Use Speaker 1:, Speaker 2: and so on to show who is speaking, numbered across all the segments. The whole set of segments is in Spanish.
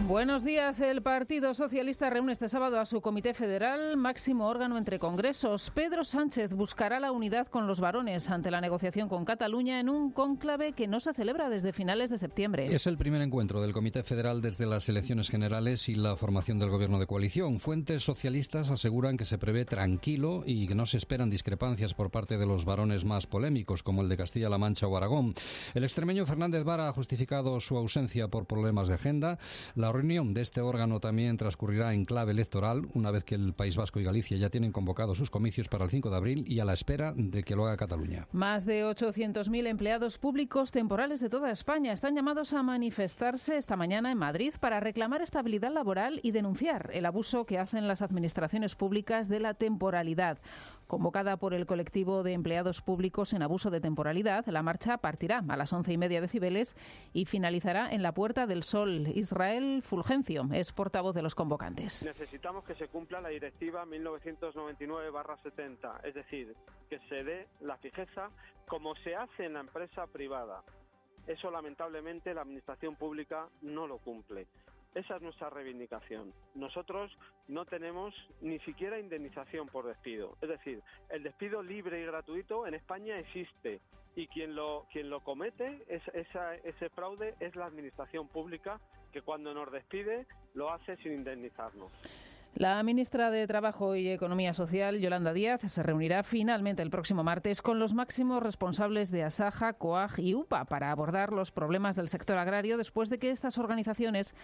Speaker 1: Buenos días. El Partido Socialista reúne este sábado a su Comité Federal, máximo órgano entre congresos. Pedro Sánchez buscará la unidad con los varones ante la negociación con Cataluña en un cónclave que no se celebra desde finales de septiembre.
Speaker 2: Es el primer encuentro del Comité Federal desde las elecciones generales y la formación del gobierno de coalición. Fuentes socialistas aseguran que se prevé tranquilo y que no se esperan discrepancias por parte de los varones más polémicos, como el de Castilla-La Mancha o Aragón. El extremeño Fernández Vara ha justificado su ausencia por problemas de agenda. La la reunión de este órgano también transcurrirá en clave electoral, una vez que el País Vasco y Galicia ya tienen convocados sus comicios para el 5 de abril y a la espera de que lo haga Cataluña.
Speaker 1: Más de 800.000 empleados públicos temporales de toda España están llamados a manifestarse esta mañana en Madrid para reclamar estabilidad laboral y denunciar el abuso que hacen las administraciones públicas de la temporalidad. Convocada por el colectivo de empleados públicos en abuso de temporalidad, la marcha partirá a las once y media de Cibeles y finalizará en la Puerta del Sol. Israel Fulgencio es portavoz de los convocantes.
Speaker 3: Necesitamos que se cumpla la directiva 1999-70, es decir, que se dé la fijeza como se hace en la empresa privada. Eso lamentablemente la administración pública no lo cumple. Esa es nuestra reivindicación. Nosotros no tenemos ni siquiera indemnización por despido. Es decir, el despido libre y gratuito en España existe y quien lo, quien lo comete, es, esa, ese fraude, es la administración pública que cuando nos despide lo hace sin indemnizarnos.
Speaker 1: La ministra de Trabajo y Economía Social, Yolanda Díaz, se reunirá finalmente el próximo martes con los máximos responsables de Asaja, COAG y UPA para abordar los problemas del sector agrario después de que estas organizaciones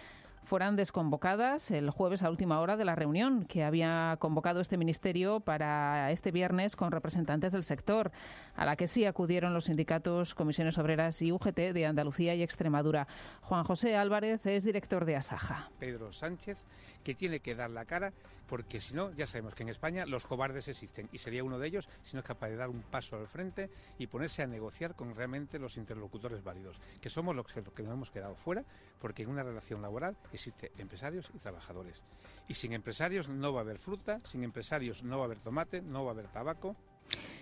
Speaker 1: fueran desconvocadas el jueves a última hora de la reunión que había convocado este ministerio para este viernes con representantes del sector, a la que sí acudieron los sindicatos, comisiones obreras y UGT de Andalucía y Extremadura. Juan José Álvarez es director de Asaja.
Speaker 4: Pedro Sánchez, que tiene que dar la cara porque si no, ya sabemos que en España los cobardes existen y sería uno de ellos si no es capaz de dar un paso al frente y ponerse a negociar con realmente los interlocutores válidos, que somos los que, los que nos hemos quedado fuera, porque en una relación laboral existe empresarios y trabajadores. Y sin empresarios no va a haber fruta, sin empresarios no va a haber tomate, no va a haber tabaco,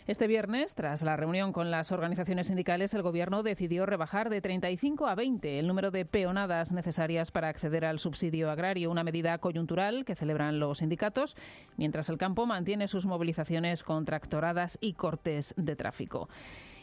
Speaker 1: este viernes, tras la reunión con las organizaciones sindicales, el Gobierno decidió rebajar de 35 a 20 el número de peonadas necesarias para acceder al subsidio agrario, una medida coyuntural que celebran los sindicatos, mientras el campo mantiene sus movilizaciones contractoradas y cortes de tráfico.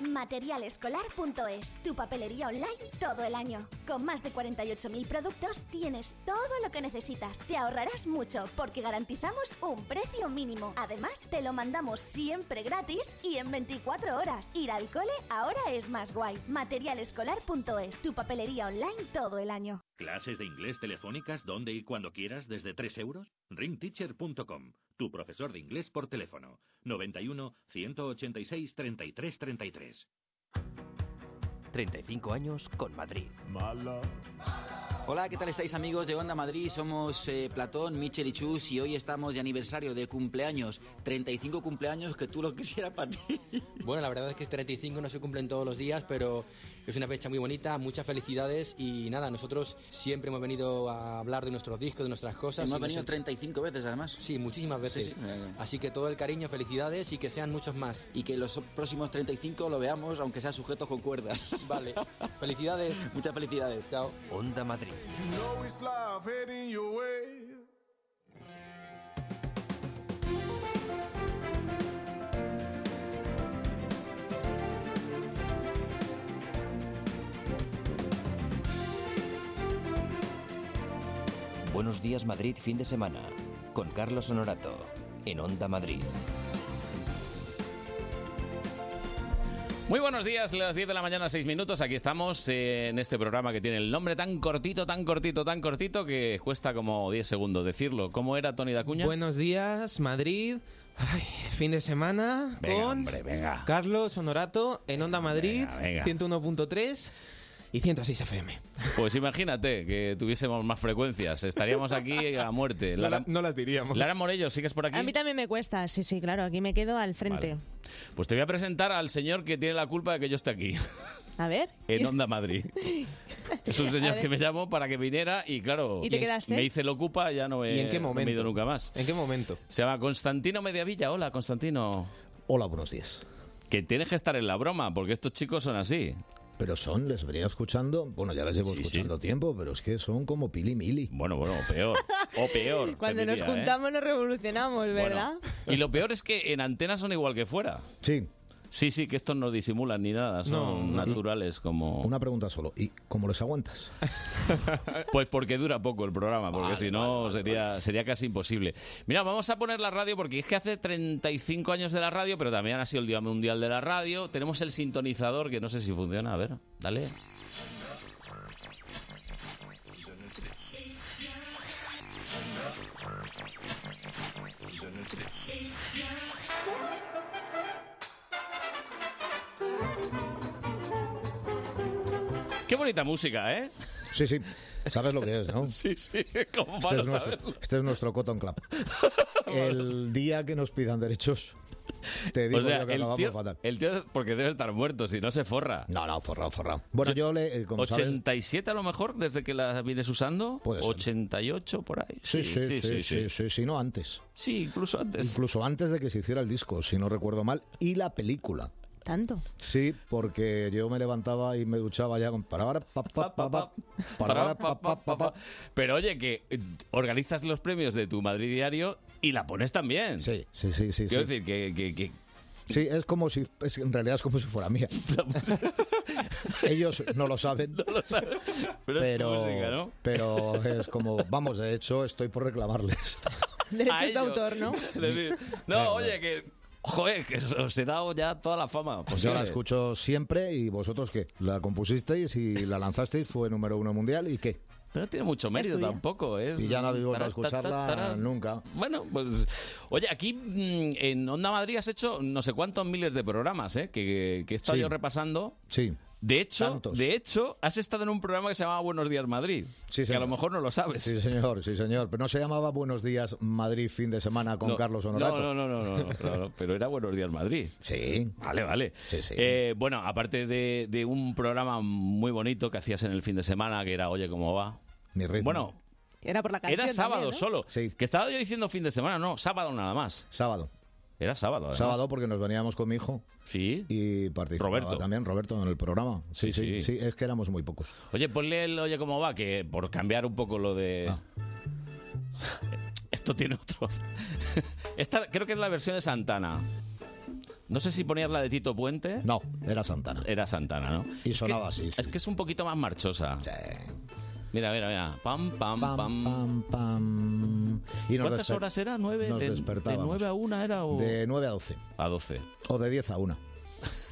Speaker 5: Materialescolar.es, tu papelería online todo el año. Con más de 48.000 productos tienes todo lo que necesitas. Te ahorrarás mucho porque garantizamos un precio mínimo. Además, te lo mandamos siempre gratis y en 24 horas. Ir al cole ahora es más guay. Materialescolar.es, tu papelería online todo el año.
Speaker 6: ¿Clases de inglés telefónicas donde y cuando quieras desde 3 euros? Ringteacher.com, tu profesor de inglés por teléfono. 91 186 33 33.
Speaker 7: 35 años con Madrid.
Speaker 8: Mala. Hola, ¿qué tal estáis amigos de Onda Madrid? Somos eh, Platón, Michel y Chus y hoy estamos de aniversario de cumpleaños. 35 cumpleaños que tú lo quisieras para ti.
Speaker 2: Bueno, la verdad es que 35 no se cumplen todos los días, pero es una fecha muy bonita, muchas felicidades y nada, nosotros siempre hemos venido a hablar de nuestros discos, de nuestras cosas.
Speaker 8: Hemos
Speaker 2: y
Speaker 8: venido
Speaker 2: nos-
Speaker 8: 35 veces además.
Speaker 2: Sí, muchísimas veces.
Speaker 8: Sí, sí, eh.
Speaker 2: Así que todo el cariño, felicidades y que sean muchos más.
Speaker 8: Y que los próximos 35 lo veamos, aunque sea sujetos con cuerdas.
Speaker 2: Vale, felicidades.
Speaker 8: Muchas felicidades.
Speaker 2: Chao.
Speaker 7: Onda Madrid.
Speaker 9: know it's life heading your way.
Speaker 7: Buenos días Madrid fin de semana con Carlos Honorato en Onda Madrid.
Speaker 3: Muy buenos días, las 10 de la mañana, 6 minutos. Aquí estamos eh, en este programa que tiene el nombre tan cortito, tan cortito, tan cortito que cuesta como 10 segundos decirlo. ¿Cómo era Tony Dacuña?
Speaker 10: Buenos días, Madrid. Ay, fin de semana
Speaker 3: Venga,
Speaker 10: con
Speaker 3: hombre, venga.
Speaker 10: Carlos Honorato en Onda Madrid,
Speaker 3: venga.
Speaker 10: 101.3 y 106 FM.
Speaker 3: Pues imagínate que tuviésemos más frecuencias. Estaríamos aquí a muerte. Lara-
Speaker 10: no las diríamos.
Speaker 3: Lara Morello, ¿sigues por
Speaker 1: A
Speaker 3: aquí?
Speaker 1: mí también me cuesta, sí, sí, claro, aquí me quedo al frente.
Speaker 3: Pues te voy a presentar al señor que tiene la culpa de que yo esté aquí,
Speaker 1: A ver.
Speaker 3: en Onda Madrid. Es un
Speaker 1: A
Speaker 3: señor
Speaker 1: ver.
Speaker 3: que me llamó para que viniera y claro,
Speaker 1: ¿Y te quedaste?
Speaker 3: me hice lo ocupa, ya no he,
Speaker 10: ¿Y en qué
Speaker 3: no me he
Speaker 10: momento?
Speaker 3: ido nunca más.
Speaker 10: ¿En qué momento?
Speaker 3: Se llama Constantino Mediavilla. Hola, Constantino.
Speaker 4: Hola, buenos días.
Speaker 3: Que tienes que estar en la broma, porque estos chicos son así.
Speaker 4: Pero son, les venía escuchando, bueno, ya les llevo
Speaker 3: Sí,
Speaker 4: escuchando tiempo, pero es que son como pili mili.
Speaker 3: Bueno, bueno, peor. O peor. te
Speaker 1: Cuando nos
Speaker 3: diría, ¿eh?
Speaker 1: juntamos nos revolucionamos, ¿verdad?
Speaker 3: Y lo peor es que en antena son igual que fuera.
Speaker 4: Sí.
Speaker 3: Sí, sí, que estos no disimulan ni nada, son
Speaker 4: No, no.
Speaker 3: naturales como...
Speaker 4: Una pregunta solo, ¿y cómo les aguantas?
Speaker 3: Pues porque dura poco el programa, porque si no sería, sería casi imposible. Mira, vamos a poner la radio porque es que hace 35 años de la radio, pero también ha sido el Día Mundial de la Radio. Tenemos el sintonizador que no sé si funciona. A ver, dale. Qué bonita música, ¿eh?
Speaker 4: Sí, sí, sabes lo que es, ¿no?
Speaker 3: Sí, sí, como
Speaker 4: Este
Speaker 3: para
Speaker 4: es,
Speaker 3: no
Speaker 4: nuestro,
Speaker 3: saberlo.
Speaker 4: este es nuestro Cotton Club. El día que nos pidan derechos, te digo
Speaker 3: O sea,
Speaker 4: yo que
Speaker 3: el
Speaker 4: acabamos
Speaker 3: tío,
Speaker 4: fatal.
Speaker 3: el tío, porque debe estar muerto, si no se forra.
Speaker 4: No, no, forrado, forrado. Bueno, yo le, eh, como sabes,
Speaker 3: 87 a lo mejor, desde que la vienes usando.
Speaker 4: Puede ser.
Speaker 3: 88 por ahí.
Speaker 4: Sí, sí, sí, sí, sí, sí, no antes.
Speaker 3: Sí, incluso antes.
Speaker 4: Incluso antes de que se hiciera el disco, si no recuerdo mal, y la película.
Speaker 1: Tanto.
Speaker 4: Sí, porque yo me levantaba y me duchaba ya con para para pa, pa, pa, pa, para, para, pa, pa, pa, pa.
Speaker 3: Pero oye, que eh, organizas los premios de tu Madrid Diario y la pones también. Sí,
Speaker 4: sí, sí, sí.
Speaker 3: Quiero
Speaker 4: sí.
Speaker 3: decir que, que- que-
Speaker 4: Sí, es como si es- en realidad es como si fuera mía. Ellos no lo saben. No
Speaker 3: lo saben. Pero, es tu música, ¿no?
Speaker 4: pero es como, vamos, de hecho estoy por reclamarles.
Speaker 3: A
Speaker 1: Derechos de
Speaker 3: ellos.
Speaker 1: autor, ¿no?
Speaker 3: Es decir, no, oye, que. Joder, que os he dado ya toda la fama.
Speaker 4: Pues yo la
Speaker 3: posible.
Speaker 4: escucho siempre y vosotros qué, la compusisteis y la lanzasteis, fue número uno mundial y qué.
Speaker 3: Pero no tiene mucho mérito tampoco, es-
Speaker 4: Y ya no habéis vuelto a
Speaker 3: Tará, tará, tará.
Speaker 4: escucharla nunca.
Speaker 3: Bueno, pues. Oye, aquí mm, en Onda Madrid has hecho no sé cuántos miles de programas, ¿eh? Que, que he estado
Speaker 4: Sí.
Speaker 3: yo repasando.
Speaker 4: Sí.
Speaker 3: De hecho, de hecho, has estado en un programa que se llamaba Buenos Días Madrid. que a lo mejor no lo sabes.
Speaker 4: Sí, señor, sí, señor. Pero no se llamaba Buenos Días Madrid fin de semana con
Speaker 3: No,
Speaker 4: Carlos
Speaker 3: no,
Speaker 4: Honorato.
Speaker 3: No, no, no, no, no, no, no, pero era Buenos Días Madrid.
Speaker 4: Sí.
Speaker 3: Vale, vale. Eh, bueno, aparte de, de un programa muy bonito que hacías en el fin de semana, que era Oye, ¿cómo va? Bueno,
Speaker 1: Era por la canción.
Speaker 3: era sábado
Speaker 1: también, ¿no?
Speaker 3: solo. Que estaba yo diciendo fin de semana, no, sábado nada más.
Speaker 4: Sábado.
Speaker 3: Era sábado. además.
Speaker 4: Sábado porque nos veníamos con mi hijo.
Speaker 3: Sí.
Speaker 4: Y participaba
Speaker 3: Roberto.
Speaker 4: también Roberto en el programa. Sí
Speaker 3: Sí,
Speaker 4: sí,
Speaker 3: sí.
Speaker 4: sí, es que éramos muy pocos.
Speaker 3: Oye, ponle el oye cómo va, que por cambiar un poco lo de. Esto tiene otro. Esta creo que es la versión de Santana.
Speaker 8: No sé si ponías la de Tito Puente.
Speaker 11: No, era Santana.
Speaker 3: Eh,
Speaker 8: Era Santana, ¿no?
Speaker 11: Y sonaba
Speaker 8: así. Es que es un poquito más marchosa. Mira, mira, mira. Pam, pam, pam.
Speaker 11: Pam, pam. Y nos
Speaker 8: ¿Cuántas
Speaker 11: desper-
Speaker 8: horas era? ¿Nueve?
Speaker 11: Nos
Speaker 8: de,
Speaker 11: despertábamos.
Speaker 8: ¿De nueve a una era? O...
Speaker 11: De 9 a 12.
Speaker 8: A 12.
Speaker 11: O de 10 a 1.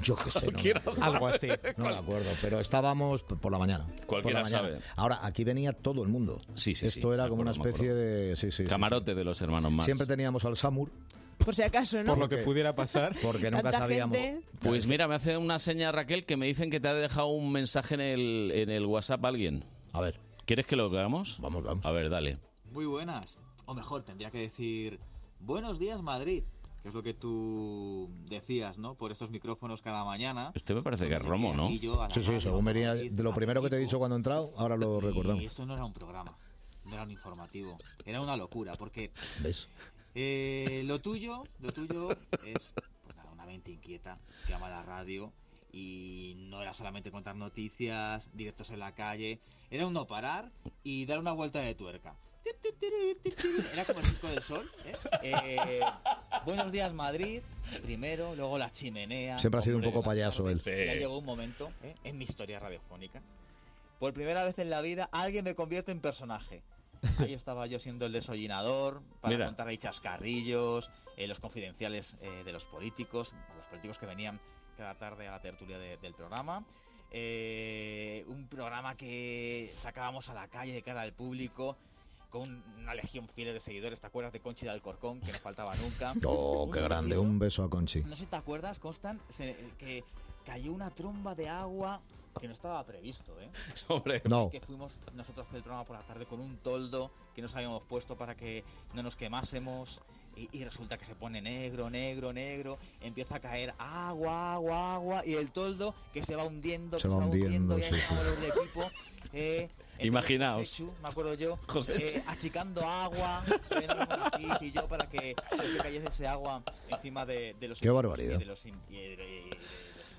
Speaker 11: Yo qué sé. no me
Speaker 8: Cualquiera
Speaker 11: acuerdo.
Speaker 8: sabe. Algo así.
Speaker 11: No me acuerdo, pero estábamos p- por la mañana. por la
Speaker 8: Cualquiera
Speaker 11: mañana.
Speaker 8: sabe.
Speaker 11: Ahora, aquí venía todo el mundo.
Speaker 8: Sí, sí, sí,
Speaker 11: Esto era
Speaker 8: me
Speaker 11: como una
Speaker 8: acuerdo, me
Speaker 11: especie de... Sí, sí, sí, sí.
Speaker 8: Camarote de los hermanos más.
Speaker 11: Siempre teníamos al Samur.
Speaker 1: Por si acaso, ¿no?
Speaker 8: pasar.
Speaker 11: Porque nunca
Speaker 1: Tanta sabíamos. gente.
Speaker 8: Pues mira, me hace una seña Raquel que me dicen que te ha dejado un mensaje en el, en el WhatsApp alguien.
Speaker 11: A ver.
Speaker 8: ¿Quieres que lo hagamos? Vamos, vamos. A ver, dale.
Speaker 4: Muy buenas. O mejor, tendría que decir Buenos días Madrid, que es lo que tú decías, ¿no? Por estos micrófonos cada mañana.
Speaker 8: Este me parece que es Romo, ¿no?
Speaker 11: Sí, sí, según venía... De lo primero que te he dicho cuando he entrado, ahora lo
Speaker 4: Y
Speaker 11: recordamos.
Speaker 4: eso no era un programa, no era un informativo, era una locura, porque
Speaker 11: ¿Ves?
Speaker 4: eh, lo tuyo, lo tuyo es pues nada, una mente inquieta que ama la radio y no era solamente contar noticias, directos en la calle, era un no parar y dar una vuelta de tuerca. Era como el circo del sol. ¿eh? Eh, buenos días Madrid, primero, luego la chimenea.
Speaker 11: Siempre ha sido un
Speaker 4: hombre,
Speaker 11: poco
Speaker 4: las
Speaker 11: payaso él.
Speaker 4: tardes. Ya llegó un momento ¿eh? en mi historia radiofónica. Por primera vez en la vida alguien me convierte en personaje. Ahí estaba yo siendo el desollinador, para
Speaker 8: Mira.
Speaker 4: contar ahí chascarrillos, eh, los confidenciales eh, de los políticos, los políticos que venían cada tarde a la tertulia de- del programa. Eh, un programa que sacábamos a la calle de cara al público, con una legión fiel de seguidores, ¿te acuerdas de Conchi de Alcorcón? Que no faltaba nunca.
Speaker 11: Oh,
Speaker 4: Un
Speaker 11: qué grande.
Speaker 4: sobrecito.
Speaker 11: Un beso a Conchi.
Speaker 4: No sé si te acuerdas, Constan, se- que cayó una tromba de agua que no estaba previsto, ¿eh?
Speaker 8: Hombre.
Speaker 11: No.
Speaker 4: Que fuimos nosotros del programa por la tarde con un toldo que nos habíamos puesto para que no nos quemásemos. Y, y resulta que se pone negro, negro, negro. Empieza a caer agua, agua, agua. Y el toldo que se va hundiendo,
Speaker 11: Se
Speaker 4: que
Speaker 11: va hundiendo,
Speaker 4: Y ahí
Speaker 11: sí,
Speaker 4: estamos
Speaker 11: sí.
Speaker 4: los del equipo. eh, entonces
Speaker 8: Imaginaos.
Speaker 4: José Chu, me acuerdo yo,
Speaker 8: José
Speaker 4: eh, achicando agua, poniéndolo con el kit y yo para que no se cayese ese agua encima de, de los
Speaker 8: Qué
Speaker 4: equipos
Speaker 8: barbaridad.
Speaker 4: y de los in- y de- de-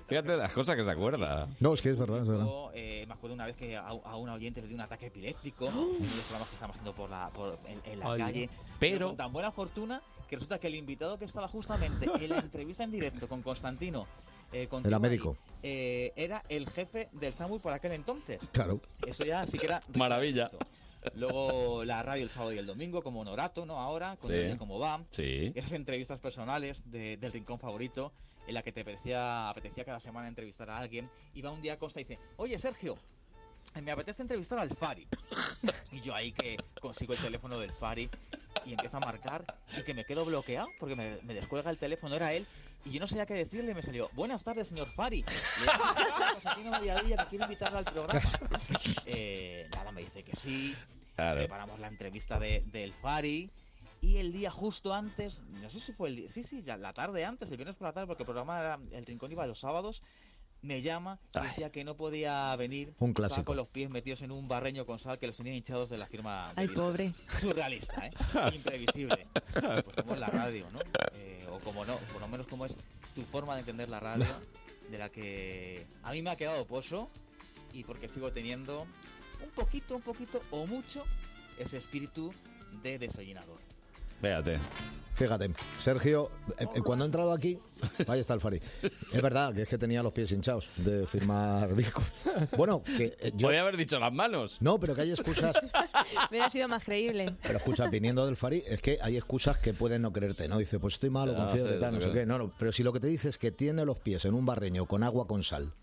Speaker 8: Fíjate las cosas que se acuerda.
Speaker 11: No, es que es verdad, es verdad.
Speaker 4: yo, eh, me acuerdo una vez que a, a un oyente le dio un ataque epiléptico en uno de los programas que estábamos haciendo por la, por- en, en la
Speaker 8: Ay.
Speaker 4: calle.
Speaker 8: Pero-
Speaker 4: con tan buena fortuna que resulta que el invitado que estaba justamente en la entrevista en directo con Constantino. eh, contigo
Speaker 11: Era
Speaker 4: ahí,
Speaker 11: médico.
Speaker 4: eh, era el jefe del Samur por aquel entonces.
Speaker 11: Claro.
Speaker 4: Eso ya sí que era
Speaker 8: Maravilla.
Speaker 4: Luego la radio el sábado y el domingo, como Norato, ¿no? Ahora, con
Speaker 8: Sí.
Speaker 4: el como va.
Speaker 8: Sí.
Speaker 4: Esas entrevistas personales de- del rincón favorito, en la que te parecía, apetecía cada semana entrevistar a alguien. Y va un día Costa y dice, oye Sergio, me apetece entrevistar al Fari. y yo ahí que consigo el teléfono del Fari y empiezo a marcar y que me quedo bloqueado porque me, me descuelga el teléfono, era él. Y yo no sabía qué decirle, me salió, buenas tardes, señor Fari. Le digo, "Hola, Constantino Mediavilla, que quiero invitarlo al programa. Eh, nada, me dice que sí.
Speaker 8: Claro.
Speaker 4: Preparamos la entrevista de- del Fari. Y el día justo antes, no sé si fue el día, sí, sí, ya la tarde antes, el viernes por la tarde, porque el programa era, el rincón iba los sábados, me llama y decía que no podía venir.
Speaker 11: Un
Speaker 4: estaba
Speaker 11: clásico.
Speaker 4: con los pies metidos en un barreño con sal que los tenía hinchados de la firma. de
Speaker 1: Ay,
Speaker 4: disco.
Speaker 1: pobre.
Speaker 4: Surrealista, ¿eh? Imprevisible. Pues como es la radio, ¿no? Eh, o como no, por lo menos como es tu forma de entender la radio, de la que a mí me ha quedado pozo y porque sigo teniendo un poquito, un poquito o mucho ese espíritu de desollinador.
Speaker 8: Véate.
Speaker 11: Fíjate, Sergio, eh, eh, cuando he entrado aquí, ahí está el Fari. Es verdad que es que tenía los pies hinchados de firmar discos. Bueno, que eh, yo.
Speaker 8: Podría haber dicho las manos.
Speaker 11: No, pero que hay excusas.
Speaker 1: Hubiera sido más creíble.
Speaker 11: Pero escucha, viniendo del Fari, es que hay excusas que pueden no quererte, ¿no? Dice, pues estoy malo,
Speaker 8: Ah,
Speaker 11: con fiebre,
Speaker 8: sí,
Speaker 11: tal, no
Speaker 8: sí,
Speaker 11: sé
Speaker 8: claro.
Speaker 11: qué. No, no, pero si lo que te dice es que tiene los pies en un barreño con agua con sal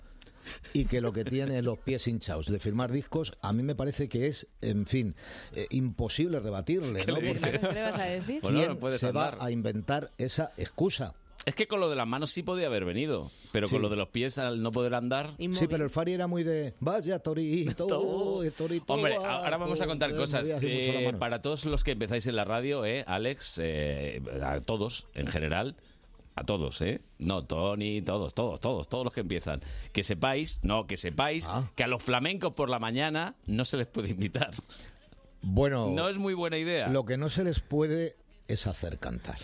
Speaker 11: y que lo que tiene es los pies hinchados de firmar discos, a mí me parece que es, en fin, eh, imposible rebatirle,
Speaker 8: ¿Qué
Speaker 11: ¿no?
Speaker 8: le
Speaker 11: Porque
Speaker 8: dices? ¿Qué le vas a decir? Bueno,
Speaker 11: ¿quién
Speaker 8: no puedes
Speaker 11: se va
Speaker 8: andar.
Speaker 11: a inventar esa excusa?
Speaker 8: Es que con lo de las manos sí podía haber venido, pero con
Speaker 11: Sí.
Speaker 8: lo de los pies al no poder andar.
Speaker 11: Sí, pero el Fari era muy de vaya torito, torito.
Speaker 8: Hombre, a- ahora vamos a
Speaker 11: guapo".
Speaker 8: contar
Speaker 11: Entonces
Speaker 8: cosas.
Speaker 11: movía así mucho la
Speaker 8: Eh,
Speaker 11: mano.
Speaker 8: para todos los que empezáis en la radio, eh, Alex, eh, a todos en general, a todos, ¿eh? No, Tony, todos, todos, todos, todos los que empiezan. Que sepáis, no, que sepáis
Speaker 11: Ah.
Speaker 8: que a los flamencos por la mañana no se les puede invitar.
Speaker 11: Bueno,
Speaker 8: No es muy buena idea.
Speaker 11: lo que no se les puede es hacer cantar.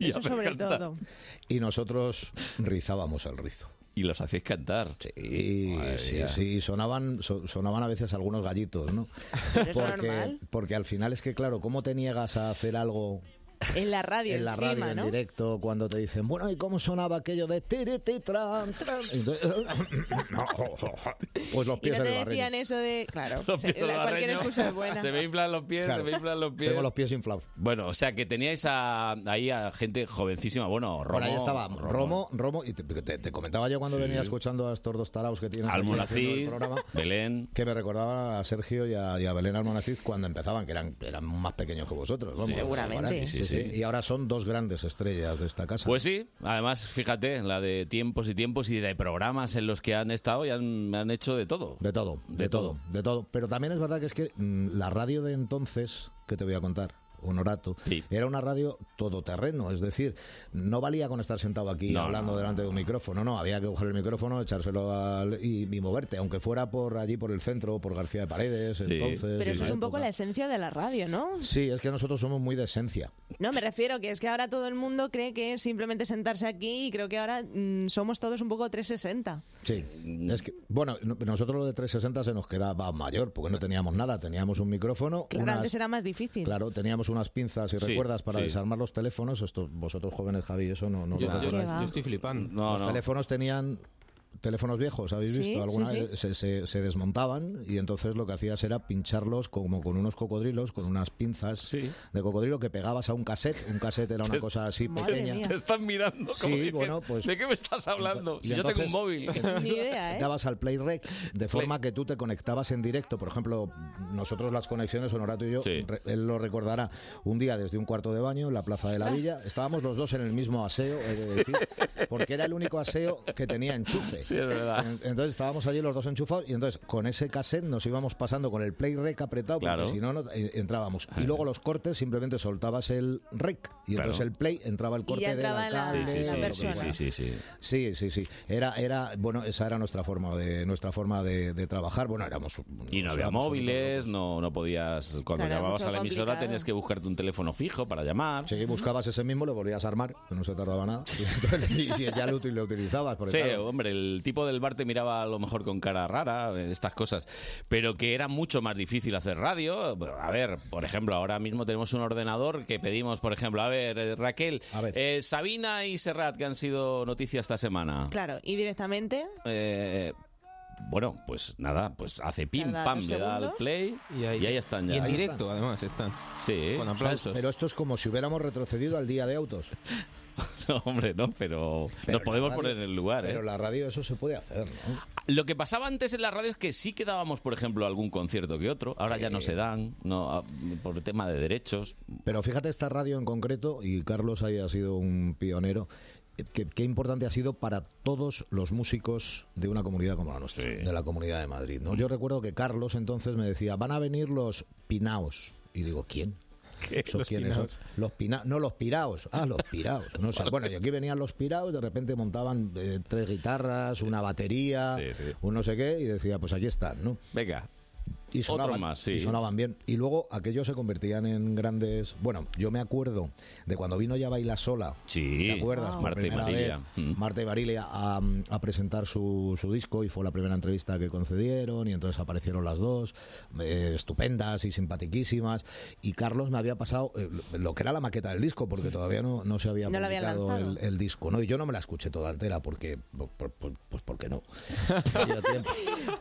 Speaker 8: Y Eso hacer sobre cantar. todo.
Speaker 11: Y nosotros rizábamos el rizo.
Speaker 8: Y los hacéis cantar.
Speaker 11: Sí,
Speaker 8: Madre
Speaker 11: sí,
Speaker 8: mía.
Speaker 11: sí. Sonaban, so- sonaban a veces algunos gallitos, ¿no?
Speaker 8: Pero eso es
Speaker 11: Porque,
Speaker 8: normal.
Speaker 11: porque al final es que, claro, ¿cómo te niegas a hacer algo
Speaker 12: En la radio,
Speaker 8: en la radio,
Speaker 12: encima,
Speaker 8: en
Speaker 12: ¿no?
Speaker 8: directo, cuando te dicen, bueno, ¿y cómo sonaba aquello de tiri, ti, tran, tran? Y entonces, pues los
Speaker 12: Y
Speaker 8: pies
Speaker 12: no
Speaker 8: en el
Speaker 12: te
Speaker 8: barreño.
Speaker 12: decían eso de. Claro,
Speaker 3: Los
Speaker 12: o sea,
Speaker 3: pies del
Speaker 12: la- cualquier
Speaker 3: barreño,
Speaker 12: excusa es buena.
Speaker 3: Se me inflan los pies,
Speaker 8: Claro.
Speaker 3: se me inflan los pies.
Speaker 8: Tengo los pies inflados.
Speaker 3: Bueno, o sea que teníais a- ahí a gente jovencísima. Bueno, Romo.
Speaker 8: Bueno, ahí estaba Romo, Romo, y te, te- te comentaba yo cuando
Speaker 3: Sí.
Speaker 8: venía escuchando a estos dos taraos que tienen
Speaker 3: Almonacid, Belén.
Speaker 8: que me recordaban a Sergio y a, y a Belén Almonacid cuando empezaban, que eran, eran más pequeños que vosotros. vamos.
Speaker 3: Sí, seguramente.
Speaker 8: Ahora-
Speaker 3: Sí, sí, sí.
Speaker 8: Y ahora son dos grandes estrellas de esta casa.
Speaker 3: Pues sí, además, fíjate, la de tiempos y tiempos y de programas en los que han estado y han, han hecho de todo.
Speaker 8: De todo, de, todo, de todo. Pero también es verdad que es que mm, la radio de entonces, que te voy a contar, Honorato, era una radio todoterreno, es decir, no valía con estar sentado aquí
Speaker 3: No,
Speaker 8: hablando
Speaker 3: no.
Speaker 8: delante de un micrófono, no, había que coger el micrófono, echárselo al, y, y moverte, aunque fuera por allí por el centro, por García de Paredes, entonces.
Speaker 12: Pero
Speaker 8: en
Speaker 12: eso es
Speaker 8: esa
Speaker 12: un poco
Speaker 8: época.
Speaker 12: la esencia de la radio, ¿no?
Speaker 8: Sí, es que nosotros somos muy de esencia.
Speaker 12: No, me refiero que es que ahora todo el mundo cree que es simplemente sentarse aquí y creo que ahora mm, somos todos un poco 360.
Speaker 8: Sí, es que, bueno, no- nosotros lo de 360 se nos quedaba mayor, porque no teníamos nada, teníamos un micrófono,
Speaker 12: Claro,
Speaker 8: unas-
Speaker 12: antes era más difícil.
Speaker 8: Claro, teníamos unas pinzas y
Speaker 3: Sí,
Speaker 8: recuerdas para
Speaker 3: sí.
Speaker 8: desarmar los teléfonos. Esto, vosotros jóvenes, Javi, eso no, no
Speaker 13: Yo,
Speaker 8: lo
Speaker 13: yo-
Speaker 8: recordáis.
Speaker 13: yo estoy flipando.
Speaker 8: los teléfonos tenían teléfonos viejos, ¿habéis
Speaker 13: Sí,
Speaker 8: visto? Alguna
Speaker 13: sí, sí.
Speaker 8: vez se, se- se desmontaban y entonces lo que hacías era pincharlos como con unos cocodrilos, con unas pinzas de cocodrilo que pegabas a un cassette. Un cassette era una cosa así pequeña.
Speaker 3: Te están mirando como
Speaker 8: Sí,
Speaker 3: diciendo,
Speaker 8: bueno, pues-
Speaker 3: ¿de qué me estás hablando?
Speaker 8: Y
Speaker 3: Si yo tengo un móvil.
Speaker 8: entonces-
Speaker 12: ¿eh?
Speaker 8: Dabas al Play Rec de forma que tú te conectabas en directo. Por ejemplo, nosotros las conexiones, Honorato y yo, re- él lo recordará, un día desde un cuarto de baño en la Plaza de la
Speaker 14: Ostras.
Speaker 8: Villa, estábamos los dos en el mismo aseo, he de decir, porque era el único aseo que tenía enchufe.
Speaker 3: Sí, es verdad.
Speaker 8: En- Entonces estábamos allí los dos enchufados y entonces con ese cassette nos íbamos pasando con el Play Rec apretado
Speaker 3: Claro.
Speaker 8: porque si no, no eh, entrábamos. Y luego los cortes simplemente soltabas el Rec y entonces
Speaker 3: Claro.
Speaker 8: el Play entraba el
Speaker 12: Y
Speaker 8: corte
Speaker 12: ya
Speaker 8: de
Speaker 12: entraba la-
Speaker 3: Sí, sí,
Speaker 12: la
Speaker 3: sí,
Speaker 12: persona.
Speaker 3: sí, sí, sí.
Speaker 8: Sí, sí, sí. Era, era, bueno, esa era nuestra forma de, nuestra forma de, de trabajar. Bueno, éramos.
Speaker 3: Y no había
Speaker 8: éramos
Speaker 3: móviles, no, no podías. Cuando
Speaker 8: Claro,
Speaker 3: llamabas
Speaker 8: mucho
Speaker 3: a la emisora
Speaker 8: complicado.
Speaker 3: tenías que buscarte un teléfono fijo para llamar.
Speaker 8: Sí, buscabas ese mismo, lo volvías a armar, que no se tardaba nada. Y, ya lo, util- lo utilizabas. porque,
Speaker 3: Sí,
Speaker 8: claro,
Speaker 3: hombre, el tipo del bar te miraba a lo mejor con cara rara, eh, estas cosas. Pero que era mucho más difícil hacer radio. A ver, por ejemplo, ahora mismo tenemos un ordenador que pedimos, por ejemplo, a ver, eh, Raquel, eh, Sabina y Serrat, que han sido noticia esta semana.
Speaker 12: Claro, y directamente
Speaker 3: Eh, bueno, pues nada, pues hace pim,
Speaker 12: Tarda
Speaker 3: pam,
Speaker 12: dos
Speaker 3: le da al
Speaker 12: segundos.
Speaker 3: play y ahí, están ya.
Speaker 13: Y en
Speaker 3: Ahí
Speaker 13: directo,
Speaker 3: están.
Speaker 13: además, están.
Speaker 3: Sí.
Speaker 13: Con aplausos.
Speaker 8: Pero esto es como si hubiéramos retrocedido al día de autos.
Speaker 3: No, hombre, no, pero,
Speaker 8: Pero
Speaker 3: nos
Speaker 8: la
Speaker 3: podemos
Speaker 8: radio-
Speaker 3: poner en el lugar,
Speaker 8: Pero
Speaker 3: ¿eh? Ah,
Speaker 8: la radio, eso se puede hacer, ¿no?
Speaker 3: Lo que pasaba antes en la radio es que sí que dábamos, por ejemplo, algún concierto que otro. Ahora ya no se dan, no ah, por tema de derechos.
Speaker 8: Pero fíjate esta radio en concreto, y Carlos ahí ha sido un pionero, eh, que- qué importante ha sido para todos los músicos de una comunidad como la nuestra, de la Comunidad de Madrid.
Speaker 3: Mm.
Speaker 8: ¿no? Yo recuerdo que Carlos entonces me decía, van a venir los pinaos. Y digo, ¿quién? ¿Eso
Speaker 13: ¿Los
Speaker 8: quiénes son?
Speaker 13: pinaos?
Speaker 8: Los pina- no, los piraos. Ah, los piraos. No sé.
Speaker 13: Vale.
Speaker 8: Bueno, y aquí venían los piraos, de repente montaban eh, tres guitarras, una batería, un no sé qué, y decía, pues aquí están, ¿no?
Speaker 3: Venga.
Speaker 8: Y sonaban,
Speaker 3: Otro más, sí.
Speaker 8: y sonaban bien. Y luego aquellos se convertían en grandes. Bueno, yo me acuerdo de cuando vino ya Baila Sola.
Speaker 3: Sí.
Speaker 8: ¿Te acuerdas? Por
Speaker 3: Marta y
Speaker 8: primera
Speaker 3: Marilia. Mm.
Speaker 8: vez, Marta y Marilia a, a presentar su, su disco y fue la primera entrevista que concedieron. Y entonces aparecieron las dos, eh, estupendas y simpatiquísimas. Y Carlos me había pasado eh, lo- lo que era la maqueta del disco, porque todavía no, no se había
Speaker 12: No la habían
Speaker 8: publicado el,
Speaker 12: lanzado.
Speaker 8: el disco. ¿no? Y yo no me la escuché toda entera, porque. por- por- por- pues porque no.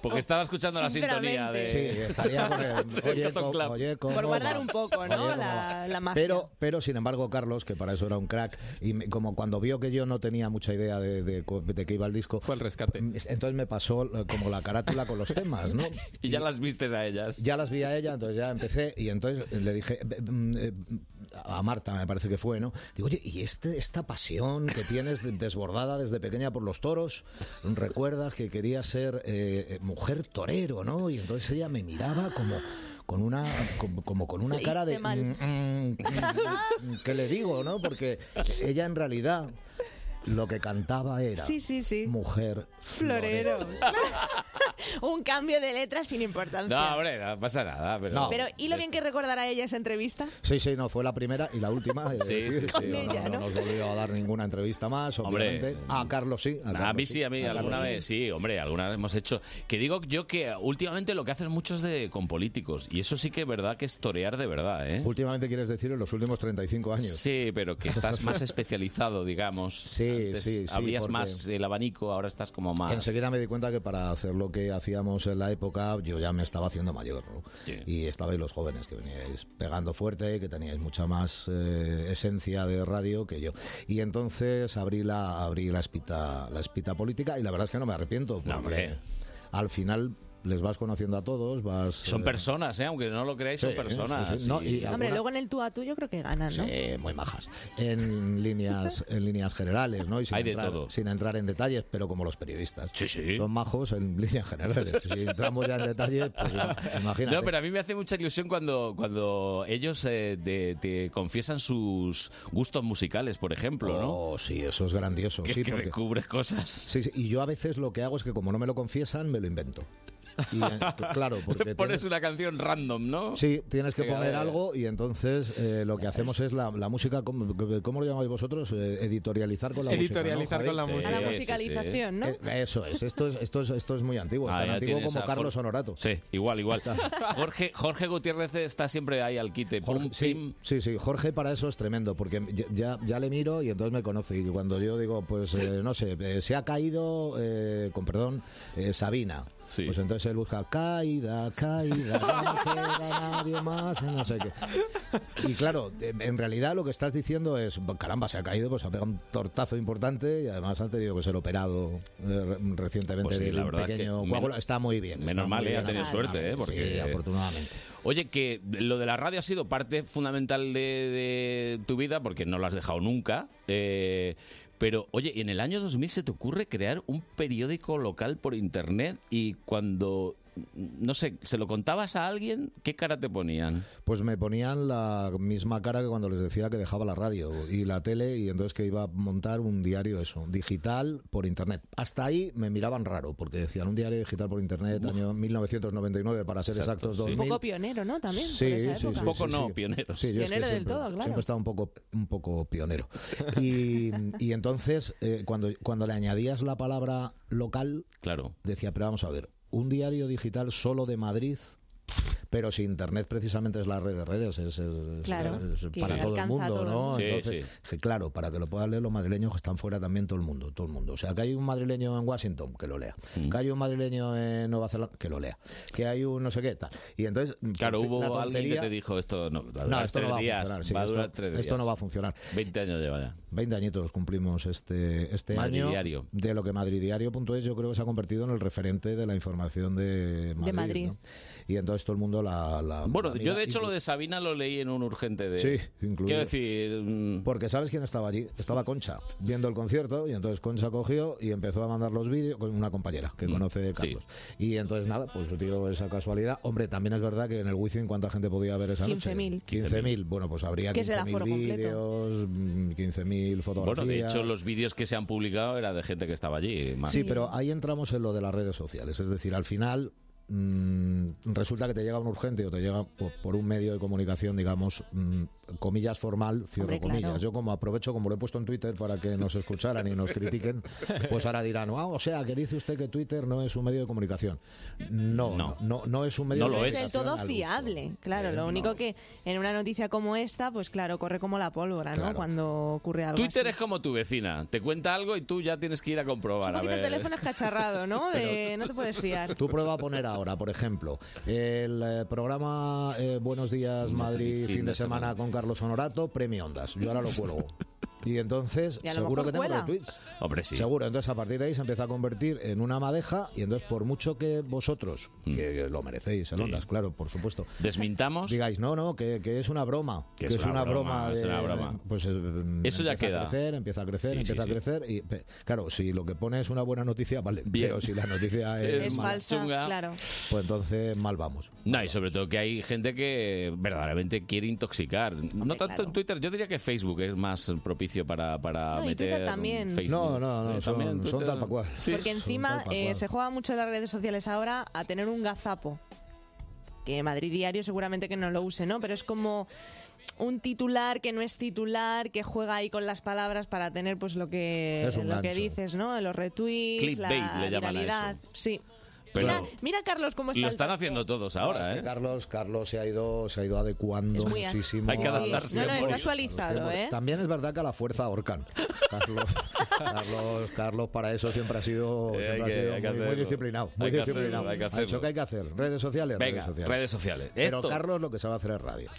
Speaker 3: Porque estaba escuchando la sintonía de...
Speaker 8: Sí, eh, estaría con el,
Speaker 3: del
Speaker 8: oye,
Speaker 3: Cotton
Speaker 8: co-
Speaker 3: Club.
Speaker 8: oye, cómo
Speaker 12: por guardar
Speaker 8: va.
Speaker 12: un poco,
Speaker 8: Oye,
Speaker 12: ¿no?
Speaker 8: cómo
Speaker 12: La,
Speaker 8: va.
Speaker 12: la magia.
Speaker 8: Pero, pero sin embargo, Carlos, que para eso era un crack, y me- como cuando vio que yo no tenía mucha idea de, de co- de que iba el disco, fue el rescate. Entonces me pasó eh, como la carátula con los temas, ¿no?
Speaker 3: Y ya las viste a ellas.
Speaker 8: Ya las vi a ella, entonces ya empecé y entonces le dije eh, mm, eh, a Marta, me parece que fue, ¿no? Digo, oye, ¿y este, esta pasión que tienes de- desbordada desde pequeña por los toros? Recuerdas que quería ser eh, eh, mujer torero, ¿no? Y entonces ella me miraba como con una como, como con una cara de
Speaker 12: Leíste mal.
Speaker 8: mm, mm, mm, ¿qué le digo, no? Porque ella en realidad lo que cantaba era
Speaker 12: Sí, sí, sí.
Speaker 8: mujer
Speaker 12: Florero. un cambio de letra sin importancia.
Speaker 3: No, hombre, no Este. pasa nada. Pero,
Speaker 12: Pero, ¿y lo bien que recordará ella esa entrevista?
Speaker 8: Sí, sí, no, fue la primera y la última. he de
Speaker 3: Sí,
Speaker 8: decir.
Speaker 3: sí, sí. Con
Speaker 8: No, no,
Speaker 3: ella,
Speaker 8: no
Speaker 3: ¿no?
Speaker 8: nos volvió a dar ninguna entrevista más,
Speaker 3: Hombre.
Speaker 8: obviamente. a Carlos sí.
Speaker 3: Nah, a
Speaker 8: Carlos
Speaker 3: mí sí, a mí
Speaker 8: Carlos
Speaker 3: alguna
Speaker 8: sí.
Speaker 3: vez, sí, hombre, alguna vez hemos hecho. Que digo yo que últimamente lo que hacen muchos de con políticos, y eso sí que es verdad que es torear de verdad, ¿eh?
Speaker 8: Últimamente quieres decir en los últimos 35 años.
Speaker 3: Sí, pero que estás más especializado, digamos. Sí,
Speaker 8: sí, sí,
Speaker 3: Abrías
Speaker 8: porque-
Speaker 3: más el abanico, ahora estás como más.
Speaker 8: Enseguida me di cuenta que para hacer lo que hacíamos en la época, yo ya me estaba haciendo mayor. ¿no? Y estabais los jóvenes que veníais pegando fuerte, que teníais mucha más eh, esencia de radio que yo. Y entonces abrí la, abrí la espita, la espita política y la verdad es que no me arrepiento. porque
Speaker 3: hombre.
Speaker 8: Al final les vas conociendo a todos, vas.
Speaker 3: Son
Speaker 8: eh,
Speaker 3: personas, ¿eh? aunque no lo creáis, son
Speaker 8: sí,
Speaker 3: personas.
Speaker 8: sí, sí. No, y
Speaker 12: Hombre,
Speaker 8: alguna-
Speaker 12: luego en el tú a tú yo creo que ganan, ¿no?
Speaker 8: Sí, Eh, muy majas. En líneas, en líneas generales, ¿no? Y sin
Speaker 3: Hay de
Speaker 8: entrar,
Speaker 3: todo.
Speaker 8: Sin entrar en detalles, pero como los periodistas. Son majos en líneas generales. Si entramos ya en detalles, pues imagínate.
Speaker 3: No, pero a mí me hace mucha ilusión cuando, cuando ellos eh, te, te confiesan sus gustos musicales, por ejemplo, ¿no?
Speaker 8: Oh, sí, eso es grandioso.
Speaker 3: Que,
Speaker 8: sí,
Speaker 3: que
Speaker 8: porque-
Speaker 3: descubres cosas.
Speaker 8: Sí, sí, y yo a veces lo que hago es que como no me lo confiesan, me lo invento. Y, eh, claro, porque...
Speaker 3: Pones
Speaker 8: tienes-
Speaker 3: una canción random, ¿no?
Speaker 8: Sí, tienes que
Speaker 3: Venga,
Speaker 8: poner
Speaker 3: a ver.
Speaker 8: algo y entonces eh, lo que hacemos es la, la música, ¿cómo, cómo lo llamáis vosotros? Eh, editorializar con la música.
Speaker 13: Editorializar
Speaker 8: ¿no,
Speaker 13: con la
Speaker 8: Javi?
Speaker 13: música.
Speaker 12: La musicalización, ¿no?
Speaker 8: Eh, Eso es, esto es, esto es, esto es muy antiguo, es
Speaker 3: Ah,
Speaker 8: tan
Speaker 3: ya
Speaker 8: antiguo
Speaker 3: tienes
Speaker 8: como
Speaker 3: a
Speaker 8: Carlos
Speaker 3: Jorge-
Speaker 8: Honorato.
Speaker 3: Sí, igual, igual. Jorge, Jorge Gutiérrez está siempre ahí al quite. Pum, pim.
Speaker 8: Sí, sí, Jorge para eso es tremendo, porque ya- ya, ya le miro y entonces me conoce. Y cuando yo digo, pues eh, no sé, eh, se ha caído, eh, con perdón, eh, Sabina. Pues entonces él busca caída, caída, ya no queda nadie más, no sé qué. Y claro, eh, en realidad lo que estás diciendo es, caramba, se ha caído, pues ha pegado un tortazo importante y además ha tenido que ser operado eh, re- recientemente
Speaker 3: Pues sí,
Speaker 8: de
Speaker 3: la
Speaker 8: un
Speaker 3: verdad es que
Speaker 8: pequeño
Speaker 3: menos-
Speaker 8: coágulo. Está muy bien. está
Speaker 3: Menos mal,
Speaker 8: muy
Speaker 3: eh,
Speaker 8: bien,
Speaker 3: ha tenido suerte, ¿eh? Porque...
Speaker 8: Sí, afortunadamente.
Speaker 3: Oye, que lo de la radio ha sido parte fundamental de, de tu vida, porque no lo has dejado nunca. eh, pero, oye, en el año 2000 se te ocurre crear un periódico local por internet y cuando, no sé, se lo contabas a alguien, ¿qué cara te ponían?
Speaker 8: Pues me ponían la misma cara que cuando les decía que dejaba la radio y la tele y entonces que iba a montar un diario eso, digital por internet. Hasta ahí me miraban raro porque decían un diario digital por internet año 1999 para ser
Speaker 3: Exacto,
Speaker 8: exactos
Speaker 3: sí.
Speaker 12: Un
Speaker 8: 2000.
Speaker 12: poco pionero, ¿no? También. pues, por
Speaker 8: Sí,
Speaker 12: esa
Speaker 8: sí,
Speaker 12: época.
Speaker 8: sí,
Speaker 3: Poco
Speaker 8: sí,
Speaker 3: no,
Speaker 8: sí.
Speaker 3: pioneros.
Speaker 8: Sí, yo es que
Speaker 12: Pionero del
Speaker 8: siempre,
Speaker 12: todo, claro.
Speaker 8: siempre he estado un poco, un poco pionero. Y, y entonces, eh, cuando, cuando le añadías la palabra local,
Speaker 3: claro.
Speaker 8: decía, pero vamos a ver, un diario digital solo de Madrid, pero si Internet precisamente es la red de redes, es, es- es-
Speaker 12: Claro,
Speaker 8: es
Speaker 12: que
Speaker 8: para todo el
Speaker 12: alcanza
Speaker 8: mundo,
Speaker 12: a todo el
Speaker 8: ¿no?
Speaker 12: mundo. Sí,
Speaker 8: entonces, dije, claro, para que lo puedan leer los madrileños que están fuera también todo el mundo, todo el mundo. O sea, que hay un madrileño en Washington, que lo lea.
Speaker 3: Mm.
Speaker 8: Que hay un madrileño en Nueva Zelanda, que lo lea. Que hay un no sé qué, tal. Y entonces...
Speaker 3: Claro,
Speaker 8: por fin,
Speaker 3: hubo
Speaker 8: la
Speaker 3: alguien que
Speaker 8: tontería-
Speaker 3: te dijo esto no, va a durar
Speaker 8: no, esto
Speaker 3: tres
Speaker 8: no va a
Speaker 3: días,
Speaker 8: funcionar. sí,
Speaker 3: va a
Speaker 8: esto-
Speaker 3: durar tres días.
Speaker 8: esto no va a funcionar.
Speaker 3: 20 años lleva ya.
Speaker 8: 20 añitos cumplimos este, este
Speaker 3: Madrid
Speaker 8: año.
Speaker 3: Diario.
Speaker 8: De lo que madridiario.es yo creo que se ha convertido en el referente de la información de Madrid.
Speaker 12: Madrid.
Speaker 8: ¿no? Y entonces todo el mundo la... la-
Speaker 3: Bueno,
Speaker 8: la
Speaker 3: yo
Speaker 8: mira
Speaker 3: de hecho
Speaker 8: y-
Speaker 3: lo de Sabina lo leí en un urgente de...
Speaker 8: Sí, incluido.
Speaker 3: Quiero decir... mm,
Speaker 8: Porque ¿sabes quién estaba allí? Estaba Concha, viendo el concierto, y entonces Concha cogió y empezó a mandar los vídeos con una compañera
Speaker 3: Mm,
Speaker 8: que conoce de Carlos. Y entonces nada, pues digo esa casualidad. Hombre, también es verdad que en el Wizzing ¿cuánta gente podía ver esa noche?
Speaker 12: 15.000.
Speaker 8: 15.000. Bueno, pues habría
Speaker 12: Que es el aforo
Speaker 8: 15.000
Speaker 12: completo.
Speaker 8: vídeos, mm, 15.000
Speaker 3: Bueno,
Speaker 8: fotografías.
Speaker 3: de hecho los vídeos que se han publicado era de gente que estaba allí. más-
Speaker 8: Sí, pero ahí entramos en lo de las redes sociales. Es decir, al final mm, resulta que te llega un urgente o te llega por, por un medio de comunicación, digamos, mm, comillas formal, cierro
Speaker 12: Hombre, claro.
Speaker 8: comillas. Yo como aprovecho, como lo he puesto en Twitter para que nos escucharan y nos critiquen, pues ahora dirán, ah, o sea, que dice usted que Twitter no es un medio de comunicación. No, no, no, es un
Speaker 3: No
Speaker 8: medio de
Speaker 12: No
Speaker 3: lo
Speaker 8: comunicación.
Speaker 12: es del todo
Speaker 8: al uso.
Speaker 12: fiable, claro.
Speaker 8: Eh,
Speaker 12: lo
Speaker 8: no.
Speaker 12: único que en una noticia como esta, pues claro, corre como la pólvora, ¿no?
Speaker 3: Claro.
Speaker 12: Cuando ocurre algo.
Speaker 3: Twitter
Speaker 12: así.
Speaker 3: es como tu vecina, te cuenta algo y tú ya tienes que ir a comprobar.
Speaker 12: Un
Speaker 3: A
Speaker 12: poquito el
Speaker 3: ver.
Speaker 12: teléfono es cacharrado, ¿no? De- no te puedes fiar.
Speaker 8: Tú prueba a poner ahora, por ejemplo, el eh, programa eh, Buenos Días Madrid, fin de semana, con Carlos Honorato, premio Ondas. Yo ahora lo cuelgo. Y entonces,
Speaker 3: Y a lo
Speaker 8: seguro
Speaker 3: mejor
Speaker 8: que tengo
Speaker 3: cuela.
Speaker 8: retweets.
Speaker 3: Hombre, sí.
Speaker 8: Seguro. Entonces, a partir de ahí se empieza a convertir en una madeja. Y entonces, por mucho que vosotros, que lo merecéis,
Speaker 3: Mm.
Speaker 8: el
Speaker 3: Sí.
Speaker 8: Ondas, claro, por supuesto.
Speaker 3: Desmintamos.
Speaker 8: Digáis, no, no, que, que es una broma.
Speaker 3: Que es una broma, es
Speaker 8: de-
Speaker 3: una broma.
Speaker 8: Pues, eh,
Speaker 3: Eso ya
Speaker 8: empieza
Speaker 3: queda.
Speaker 8: A crecer, empieza a crecer,
Speaker 3: Sí, sí,
Speaker 8: empieza
Speaker 3: sí.
Speaker 8: a crecer. Y, pe- claro, si lo que pone es una buena noticia, vale.
Speaker 3: Bien.
Speaker 8: Pero si la noticia es,
Speaker 12: Es
Speaker 8: mala,
Speaker 12: falsa,
Speaker 3: chunga.
Speaker 12: claro.
Speaker 8: pues entonces mal vamos.
Speaker 3: No, y sobre todo que hay gente que verdaderamente quiere intoxicar. no tanto en Twitter, yo diría que Facebook es más propicio servicio para, para
Speaker 12: No, y
Speaker 3: meter.
Speaker 12: Twitter también.
Speaker 3: fake
Speaker 8: No,
Speaker 3: news.
Speaker 8: no, no,
Speaker 3: Eh,
Speaker 8: son-
Speaker 3: también
Speaker 8: son
Speaker 3: Twitter.
Speaker 8: tal pa' cual.
Speaker 3: Sí,
Speaker 12: Porque
Speaker 3: son
Speaker 12: encima
Speaker 3: tal pa'
Speaker 12: eh,
Speaker 3: cual.
Speaker 12: se juega mucho en las redes sociales ahora a tener un gazapo. Que Madrid Diario seguramente que no lo use, ¿no? Pero es como un titular que no es titular, que juega ahí con las palabras para tener pues lo que,
Speaker 3: Es un
Speaker 12: lo que
Speaker 3: gancho.
Speaker 12: dices, ¿no? Los retweets,
Speaker 3: Clickbait
Speaker 12: la
Speaker 3: le llaman a
Speaker 12: viralidad. Sí.
Speaker 3: Pero-
Speaker 12: Mira, mira, Carlos cómo está
Speaker 3: Lo
Speaker 12: el
Speaker 3: están
Speaker 12: top.
Speaker 3: haciendo todos
Speaker 8: No, es
Speaker 3: ahora,
Speaker 8: que
Speaker 3: ¿eh?
Speaker 8: Carlos, Carlos se ha ido, se ha ido adecuando
Speaker 12: Es muy a-
Speaker 8: muchísimo.
Speaker 3: Hay que
Speaker 8: a-
Speaker 3: adaptarse. No, no, está
Speaker 8: a-
Speaker 12: actualizado, ¿eh?
Speaker 8: También es verdad que a la fuerza ahorcan. Carlos, Carlos, Carlos para eso siempre ha sido,
Speaker 3: Eh, hay
Speaker 8: siempre ha
Speaker 3: que-
Speaker 8: sido
Speaker 3: hay que
Speaker 8: muy, muy
Speaker 3: hacerlo.
Speaker 8: disciplinado. Muy
Speaker 3: Hay que
Speaker 8: disciplinado.
Speaker 3: hacerlo, hay que
Speaker 8: Ha dicho
Speaker 3: hacerlo.
Speaker 8: que hay que hacer. Redes sociales,
Speaker 3: Venga,
Speaker 8: redes sociales.
Speaker 3: redes sociales.
Speaker 8: Pero
Speaker 3: Esto.
Speaker 8: Carlos lo que sabe hacer es radio.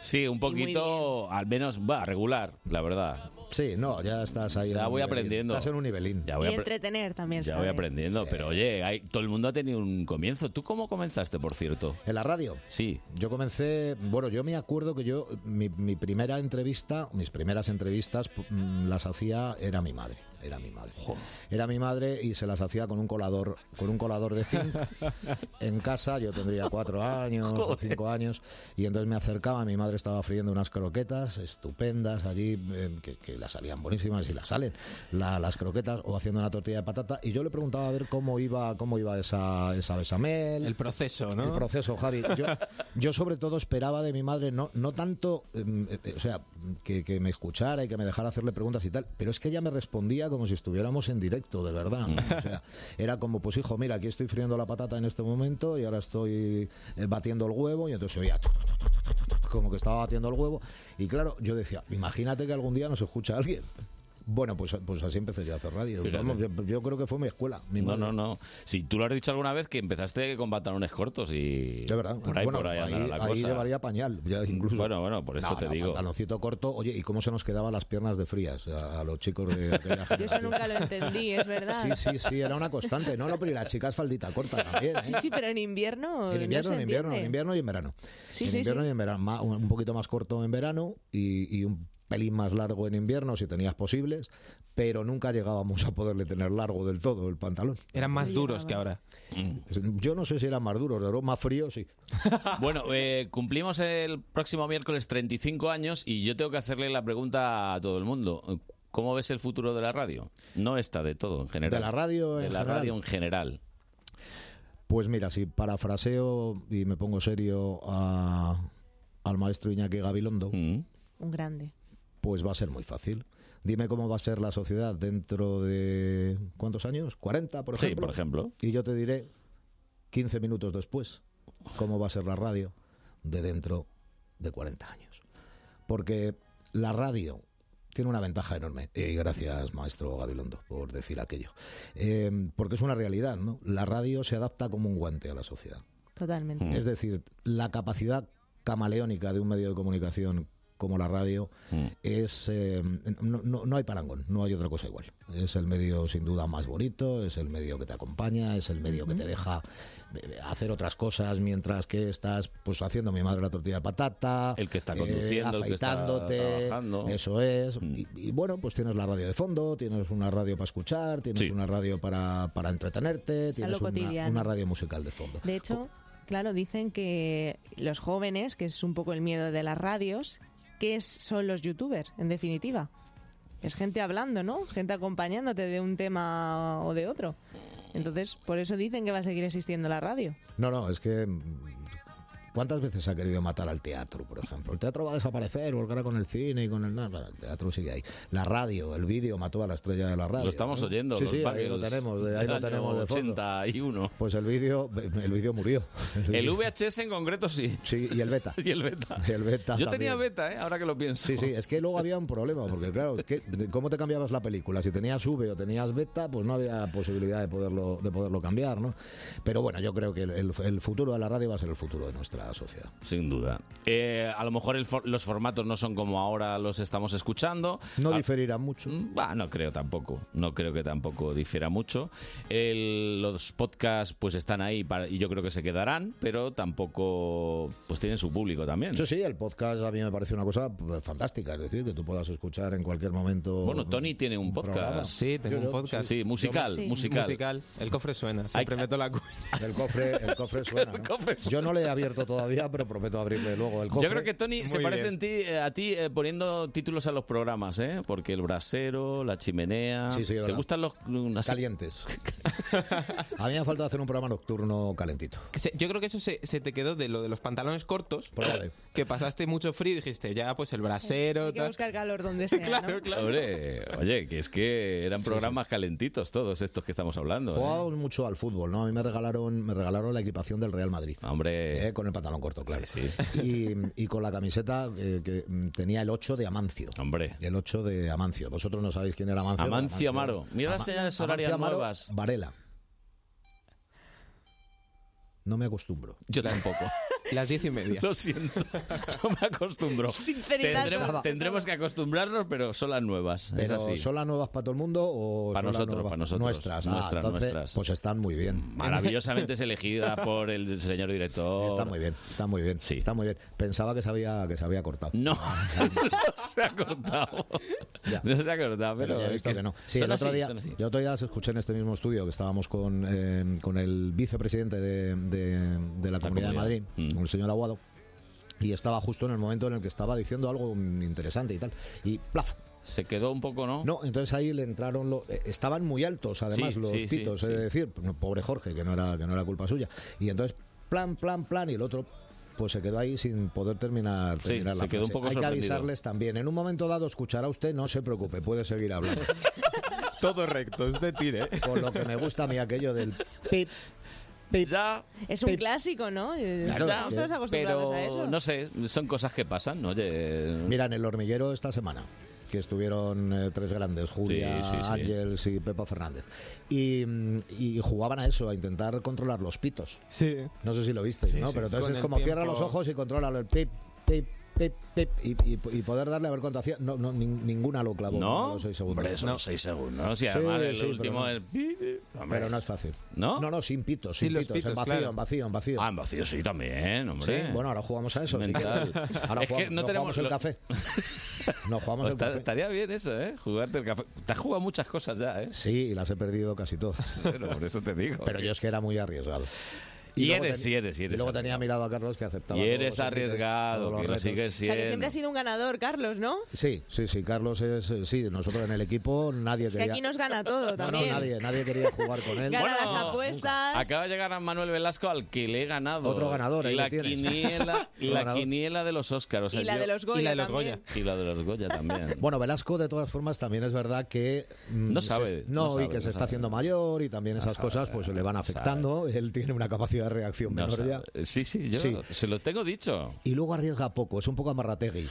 Speaker 3: Sí, un poquito, al menos, va, regular, la verdad.
Speaker 8: Sí, no, ya estás ahí.
Speaker 3: Ya
Speaker 8: en un
Speaker 3: voy
Speaker 8: nivelín.
Speaker 3: aprendiendo.
Speaker 8: Estás en un nivelín.
Speaker 3: Ya voy,
Speaker 12: y
Speaker 3: apre-
Speaker 12: entretener también.
Speaker 3: ya
Speaker 12: sabe.
Speaker 3: voy aprendiendo, pero oye, hay- todo el mundo ha tenido un comienzo. ¿Tú cómo comenzaste, por cierto?
Speaker 8: ¿En la radio?
Speaker 3: Sí.
Speaker 8: Yo comencé, bueno, yo me acuerdo que yo, mi, mi primera entrevista, mis primeras entrevistas pu- mm, las hacía, era mi madre, era mi madre. Era mi madre y se las hacía con un colador, con un colador de zinc en casa, yo tendría cuatro años o cinco años, y entonces me acercaba, mi madre estaba friendo unas croquetas estupendas allí, eh, que, que las salían buenísimas y las salen, la- las croquetas, o haciendo una tortilla de patata, y yo le preguntaba a ver cómo iba, cómo iba esa, esa bechamel.
Speaker 13: El proceso, ¿no?
Speaker 8: El proceso, Javi. Yo, yo sobre todo esperaba de mi madre, no, no tanto, em, eh, eh, o sea, que, que me escuchara y que me dejara hacerle preguntas y tal, pero es que ella me respondía como si estuviéramos en directo, de verdad. ¿no? O sea, era como, pues hijo, mira, aquí estoy friendo la patata en este momento y ahora estoy eh, batiendo el huevo y entonces se oía tuc, tuc, tuc, tuc, tuc, tuc, como que estaba batiendo el huevo. Y claro, yo decía, imagínate que algún día nos escucha alguien. Bueno, pues, pues así empecé yo a hacer radio.
Speaker 3: Fíjate.
Speaker 8: Vamos, yo, yo creo que fue mi escuela. Mi
Speaker 3: No,
Speaker 8: madre.
Speaker 3: no, no. Si tú lo has dicho alguna vez que empezaste con pantalones cortos y.
Speaker 8: De verdad.
Speaker 3: Por ahí,
Speaker 8: Bueno,
Speaker 3: por ahí,
Speaker 8: ahí,
Speaker 3: andará la
Speaker 8: ahí
Speaker 3: cosa.
Speaker 8: llevaría pañal, ya incluso.
Speaker 3: Bueno, bueno, pues, por esto
Speaker 8: No,
Speaker 3: te
Speaker 8: no,
Speaker 3: digo.
Speaker 8: Pantaloncito corto. Oye, ¿y cómo se nos quedaban las piernas de frías a, a los chicos de aquella
Speaker 12: Yo eso
Speaker 8: generación?
Speaker 12: nunca lo entendí, es verdad.
Speaker 8: Sí, sí, sí, era una constante. No, no, pero y las chicas faldita corta también. ¿eh?
Speaker 12: Sí, sí, pero en invierno.
Speaker 8: En
Speaker 12: no
Speaker 8: invierno,
Speaker 12: se
Speaker 8: en invierno, en
Speaker 12: entiende.
Speaker 8: invierno y en verano.
Speaker 12: Sí,
Speaker 8: en
Speaker 12: sí,
Speaker 8: invierno
Speaker 12: sí.
Speaker 8: y en verano. Ma- Un un poquito más corto en verano y, y un pelín más largo en invierno si tenías posibles, pero nunca llegábamos a poderle tener largo del todo el pantalón.
Speaker 13: Eran más duros que ahora.
Speaker 3: Mm.
Speaker 8: Yo no sé si eran más duros, pero más fríos sí.
Speaker 3: Bueno, eh, cumplimos el próximo miércoles 35 años y yo tengo que hacerle la pregunta a todo el mundo. ¿Cómo ves el futuro de la radio? No esta, de todo, en general.
Speaker 8: De la radio
Speaker 3: De
Speaker 8: en
Speaker 3: la
Speaker 8: general.
Speaker 3: radio en general.
Speaker 8: Pues mira, si parafraseo y me pongo serio a- al maestro Iñaki Gabilondo,
Speaker 12: Un grande.
Speaker 8: pues va a ser muy fácil. Dime cómo va a ser la sociedad dentro de... ¿Cuántos años? ¿40, por
Speaker 3: Sí,
Speaker 8: ejemplo?
Speaker 3: por ejemplo.
Speaker 8: Y yo te diré, 15 minutos después, cómo va a ser la radio de dentro de 40 años. Porque la radio tiene una ventaja enorme. Y gracias, maestro Gabilondo, por decir aquello. Eh, porque es una realidad, ¿no? La radio se adapta como un guante a la sociedad.
Speaker 12: Totalmente.
Speaker 8: Es decir, la capacidad camaleónica de un medio de comunicación como la radio es eh, no, no- no hay parangón, no hay otra cosa igual. Es el medio sin duda más bonito, es el medio que te acompaña, es el medio que te deja eh, hacer otras cosas mientras que estás pues haciendo mi madre la tortilla de patata, el que
Speaker 3: está conduciendo, el que está trabajando.
Speaker 8: eso Eh, es. Y, y bueno, pues tienes la radio de fondo, tienes una radio para escuchar, tienes una radio para, para entretenerte, tienes
Speaker 12: lo
Speaker 8: una-
Speaker 12: cotidiano.
Speaker 8: una radio musical de fondo.
Speaker 12: De hecho, claro, dicen que los jóvenes, que es un poco el miedo de las radios, que es- son los youtubers, en definitiva. Es gente hablando, ¿no? Gente acompañándote de un tema o de otro. Entonces, por eso dicen que va a seguir existiendo la radio.
Speaker 8: No, no, es que. mm, ¿Cuántas veces ha querido matar al teatro, por ejemplo? El teatro va a desaparecer, volverá con el cine y con el. no, no, el teatro sigue ahí. La radio, el vídeo mató a la estrella de la radio.
Speaker 3: Lo estamos
Speaker 8: ¿no?
Speaker 3: oyendo,
Speaker 8: Sí,
Speaker 3: los
Speaker 8: sí, ahí
Speaker 3: Bagels
Speaker 8: lo tenemos, de, ahí
Speaker 3: del
Speaker 8: lo
Speaker 3: año
Speaker 8: tenemos de fondo.
Speaker 3: 81.
Speaker 8: Pues el vídeo, el vídeo murió.
Speaker 3: El VHS en concreto sí.
Speaker 8: Sí, y el beta.
Speaker 3: y el beta.
Speaker 8: El beta
Speaker 3: Yo tenía
Speaker 8: también.
Speaker 3: beta, ¿eh? ahora que lo pienso.
Speaker 8: Sí, sí, es que luego había un problema, porque claro, ¿qué- de- ¿cómo te cambiabas la película? Si tenías V o tenías beta, pues no había posibilidad de poderlo, de poderlo cambiar, ¿no? Pero bueno, yo creo que el- el- el futuro de la radio va a ser el futuro de nuestra sociedad.
Speaker 3: Sin duda. Eh, a lo mejor el for- los formatos no son como ahora los estamos escuchando.
Speaker 8: No
Speaker 3: Ah,
Speaker 8: diferirá mucho.
Speaker 3: Bah, no creo tampoco. No creo que tampoco difiera mucho. El- los podcasts pues están ahí para- y yo creo que se quedarán, pero tampoco pues tienen su público también.
Speaker 8: Eso sí, el podcast a mí me parece una cosa pues, fantástica, es decir, que tú puedas escuchar en cualquier momento.
Speaker 3: Bueno, Tony tiene un podcast.
Speaker 8: programa.
Speaker 3: Sí,
Speaker 13: tengo un podcast.
Speaker 3: Sí, musical,
Speaker 13: Yo-
Speaker 3: musical.
Speaker 13: El cofre suena. Siempre meto la cuña.
Speaker 8: El cofre, el cofre suena. ¿no? Yo no le he abierto todavía, pero prometo abrirle luego el cofre.
Speaker 3: Yo creo que Tony se
Speaker 8: ¿eh? Muy
Speaker 3: parece
Speaker 8: bien.
Speaker 3: en ti, eh, a ti eh, poniendo títulos a los programas, ¿eh? Porque el brasero, la chimenea.
Speaker 8: Sí, sí,
Speaker 3: ¿Te
Speaker 8: hola.
Speaker 3: gustan los mm, así?
Speaker 8: Calientes. A mí me ha faltado hacer un programa nocturno calentito.
Speaker 13: Que se- Yo creo que eso se, se te quedó de lo de los pantalones cortos,
Speaker 8: Pues
Speaker 13: que pasaste mucho frío y dijiste, ya, pues el brasero,
Speaker 12: Hay que
Speaker 13: tal.
Speaker 12: buscar calor donde sea.
Speaker 13: Claro,
Speaker 12: ¿no?
Speaker 13: claro.
Speaker 3: Hombre, oye, que es que eran
Speaker 8: Sí,
Speaker 3: programas calentitos todos estos que estamos hablando. ¿eh?
Speaker 8: Jugábamos mucho al fútbol, ¿no? A mí me regalaron, me regalaron la equipación del Real Madrid. ¿eh?
Speaker 3: Hombre.
Speaker 8: con el pantalón corto, claro. Y, y con la camiseta eh, que mm, tenía el 8 de Amancio.
Speaker 3: Hombre.
Speaker 8: El 8 de Amancio. Vosotros no sabéis quién era Amancio.
Speaker 3: Amancio Amaro. Mira las
Speaker 8: Ama-
Speaker 3: señales horarias
Speaker 8: Amancio Amaro
Speaker 3: nuevas.
Speaker 8: Varela. No me acostumbro.
Speaker 3: Yo tampoco.
Speaker 13: Las diez y media.
Speaker 3: Lo siento, yo me acostumbro.
Speaker 8: Sinceridad
Speaker 3: Tendremos,
Speaker 8: total.
Speaker 3: tendremos que acostumbrarnos, pero son las nuevas.
Speaker 8: Pero
Speaker 3: es así.
Speaker 8: ¿Son las nuevas para todo el mundo o
Speaker 3: Para
Speaker 8: son las
Speaker 3: nosotros,
Speaker 8: nuevas-
Speaker 3: para nosotros.
Speaker 8: Nuestras, Ah,
Speaker 3: Nuestras,
Speaker 8: entonces,
Speaker 3: nuestras.
Speaker 8: Pues están muy bien.
Speaker 3: Maravillosamente es elegida por el señor director.
Speaker 8: Está muy bien, está muy bien. Está muy bien. Pensaba que se había, que se había cortado.
Speaker 3: No. no se ha cortado. No se ha cortado, pero.
Speaker 8: Pero ya he
Speaker 3: es
Speaker 8: visto
Speaker 3: que
Speaker 8: que no. Sí,
Speaker 3: son
Speaker 8: el otro
Speaker 3: así,
Speaker 8: día,
Speaker 3: son así.
Speaker 8: yo otro día las escuché en este mismo estudio que estábamos con, eh, con el vicepresidente de, de- de la Comunidad de Madrid,
Speaker 3: Comunidad. Mm.
Speaker 8: un señor Aguado, y estaba justo en el momento en el que estaba diciendo algo mm, interesante y tal, y plaf.
Speaker 3: Se quedó un poco, ¿no?
Speaker 8: No, entonces ahí le entraron los... eh, Estaban muy altos, además,
Speaker 3: Sí,
Speaker 8: los
Speaker 3: sí, sí,
Speaker 8: pitos, es
Speaker 3: sí.
Speaker 8: decir, pobre Jorge, que no, era, que no era culpa suya. Y entonces, plan, plan, plan, y el otro... Pues se quedó ahí sin poder terminar,
Speaker 3: Sí,
Speaker 8: terminar la
Speaker 3: se quedó un
Speaker 8: frase.
Speaker 3: poco
Speaker 8: Hay que
Speaker 3: sorprendido.
Speaker 8: avisarles también. En un momento dado escuchará usted, no se preocupe, puede seguir hablando.
Speaker 13: Todo recto, es de tire.
Speaker 8: Por lo que me gusta a mí aquello del pip, pip.
Speaker 12: Es un clásico, ¿no? Eh,
Speaker 3: Claro,
Speaker 12: Estamos todos acostumbrados
Speaker 3: pero,
Speaker 12: a eso.
Speaker 3: No sé, son cosas que pasan, oye.
Speaker 8: Mira, en el hormiguero esta semana que estuvieron eh, tres grandes, Julia,
Speaker 3: Sí, sí, sí.
Speaker 8: Ángels y Pepa Fernández. Y, mm, y jugaban a eso, a intentar controlar los pitos.
Speaker 13: Sí.
Speaker 8: No sé si lo visteis,
Speaker 13: Sí,
Speaker 8: ¿no?
Speaker 13: sí.
Speaker 8: Pero
Speaker 13: Con
Speaker 8: entonces
Speaker 13: el
Speaker 8: como cierra
Speaker 13: tiempo-
Speaker 8: los ojos y controla el pip, pip, pip, pip, y, y- y poder darle a ver cuánto hacía. No, no, nin- ninguna lo clavó.
Speaker 3: ¿No?
Speaker 8: a los seis segundos.
Speaker 3: Hombre, son
Speaker 8: No.
Speaker 3: los seis segundos. ¿no? Si
Speaker 8: Sí,
Speaker 3: además el
Speaker 8: sí, pero
Speaker 3: último
Speaker 8: no.
Speaker 3: es- Hombre.
Speaker 8: Pero no es fácil.
Speaker 3: ¿No?
Speaker 8: No, no, sin pitos, sin
Speaker 3: Sin los
Speaker 8: pitos, en
Speaker 3: pitos,
Speaker 8: vacío,
Speaker 3: claro.
Speaker 8: en vacío, en vacío.
Speaker 3: Ah, en vacío sí también, hombre.
Speaker 8: Sí, bueno, ahora jugamos a eso, sí.
Speaker 3: Mental.
Speaker 8: Ahora jugamos-
Speaker 3: es que no
Speaker 8: nos
Speaker 3: tenemos
Speaker 8: jugamos el
Speaker 3: lo- Pues
Speaker 8: café. No jugamos el
Speaker 3: Está-
Speaker 8: café.
Speaker 3: Estaría bien eso, ¿eh? Jugarte el café. Te has jugado muchas cosas ya, ¿eh?
Speaker 8: Sí, y las he perdido casi todas.
Speaker 3: Bueno, por eso te digo.
Speaker 8: Pero yo es que era muy arriesgado.
Speaker 3: Y,
Speaker 8: luego
Speaker 3: eres,
Speaker 8: ten-
Speaker 3: y eres, y eres.
Speaker 8: y luego tenía mirado a Carlos que aceptaba.
Speaker 3: Y
Speaker 8: todos
Speaker 3: eres
Speaker 8: los envites,
Speaker 3: arriesgado,
Speaker 8: todos los
Speaker 3: que lo
Speaker 8: retos.
Speaker 3: sigues
Speaker 12: O sea, que
Speaker 3: siendo.
Speaker 12: siempre ha sido un ganador, Carlos, ¿no?
Speaker 8: Sí, sí, sí. Carlos es. eh, Sí, nosotros en el equipo nadie
Speaker 12: Es que
Speaker 8: quería.
Speaker 12: aquí nos gana todo
Speaker 8: No, no,
Speaker 12: también.
Speaker 8: nadie, nadie quería jugar con él.
Speaker 12: Gana las apuestas.
Speaker 3: Acaba de llegar a Manuel Velasco al que le he ganado.
Speaker 8: Otro ganador, ahí
Speaker 3: la
Speaker 8: lo tienes.
Speaker 3: quiniela,
Speaker 8: Otro
Speaker 3: la
Speaker 8: ganador.
Speaker 3: quiniela de los Óscar. o sea,
Speaker 12: Y la
Speaker 3: yo-
Speaker 12: de los Goya Y la de los también.
Speaker 3: Y la de los Goya también.
Speaker 8: Bueno, Velasco, de todas formas, también es verdad que. mm,
Speaker 3: No
Speaker 8: se
Speaker 3: sabe,
Speaker 8: est-
Speaker 3: no
Speaker 8: no,
Speaker 3: sabe,
Speaker 8: y que
Speaker 3: no
Speaker 8: se está
Speaker 3: sabe.
Speaker 8: haciendo mayor y también esas
Speaker 3: sabe,
Speaker 8: cosas pues se le van
Speaker 3: no
Speaker 8: afectando. Él tiene una capacidad de reacción
Speaker 3: No
Speaker 8: menor
Speaker 3: sabe.
Speaker 8: ya.
Speaker 3: Sí, sí, yo
Speaker 8: Sí.
Speaker 3: se lo tengo dicho.
Speaker 8: Y luego arriesga poco, es un poco amarrategui.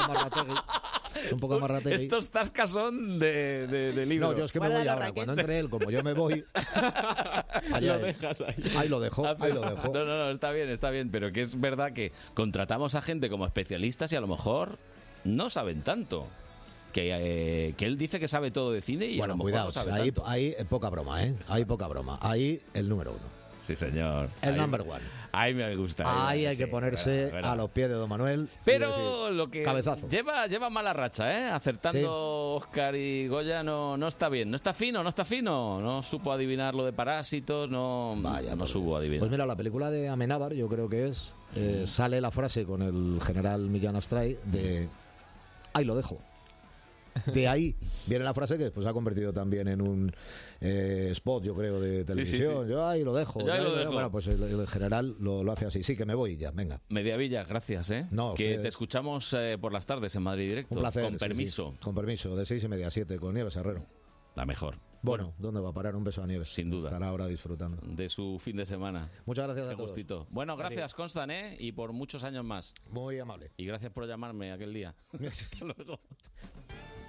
Speaker 8: Es un poco amarrategui. Es un poco amarrategui.
Speaker 3: Estos tascas son de, de, de libro.
Speaker 8: No, yo es que me voy ahora. Cuando entre él, como yo me voy,
Speaker 3: lo
Speaker 8: Allá él.
Speaker 3: dejas ahí.
Speaker 8: ahí lo dejo, ahí lo dejo.
Speaker 3: No, no, no, está bien, está bien, pero que es verdad que contratamos a gente como especialistas y a lo mejor no saben tanto. Que, eh, que él dice que sabe todo de cine y a lo
Speaker 8: Bueno,
Speaker 3: mejor
Speaker 8: cuidado,
Speaker 3: no sabe
Speaker 8: ahí,
Speaker 3: tanto.
Speaker 8: ahí eh, poca broma, ¿eh? Ahí poca broma. Ahí el número uno.
Speaker 3: Sí, señor.
Speaker 8: El
Speaker 3: Ahí-
Speaker 8: number one.
Speaker 3: Ahí me gusta.
Speaker 8: Ahí
Speaker 3: me-
Speaker 8: hay que
Speaker 3: sí,
Speaker 8: ponerse
Speaker 3: verdad, verdad.
Speaker 8: a los pies de Don Manuel. y
Speaker 3: Pero
Speaker 8: decir,
Speaker 3: lo que
Speaker 8: Cabezazo.
Speaker 3: lleva lleva mala racha, ¿eh? Acertando Oscar y Goya no, no está bien, no está fino, no está fino, no supo adivinar lo de Parásitos, no no supo adivinar. Mm.
Speaker 8: Pues mira, la película de Amenábar, yo creo que es, eh, sale la frase con el general Millán Astray de ahí lo dejo. De ahí viene la frase que después se ha convertido también en un eh, spot, yo creo, de televisión.
Speaker 3: sí.
Speaker 8: Yo ahí lo dejo.
Speaker 3: Yo ahí lo dejo.
Speaker 8: Bueno, pues el, el general lo, lo hace así. Sí, que me voy ya, venga.
Speaker 3: Mediavilla, gracias, ¿eh?
Speaker 8: No,
Speaker 3: que
Speaker 8: ustedes.
Speaker 3: te escuchamos eh, por las tardes en Madrid Directo.
Speaker 8: Un placer.
Speaker 3: Con
Speaker 8: sí, sí.
Speaker 3: permiso.
Speaker 8: Con permiso, de seis y media a siete, con Nieves Herrero.
Speaker 3: La mejor.
Speaker 8: Bueno, ¿dónde va a parar? Un beso a Nieves.
Speaker 3: Sin duda.
Speaker 8: Estará ahora disfrutando.
Speaker 3: De su fin de semana.
Speaker 8: Muchas gracias a
Speaker 3: Qué
Speaker 8: todos.
Speaker 3: gustito. Bueno, gracias, Constan, ¿eh? Y por muchos años más.
Speaker 8: Muy amable.
Speaker 3: Y gracias por llamarme aquel día.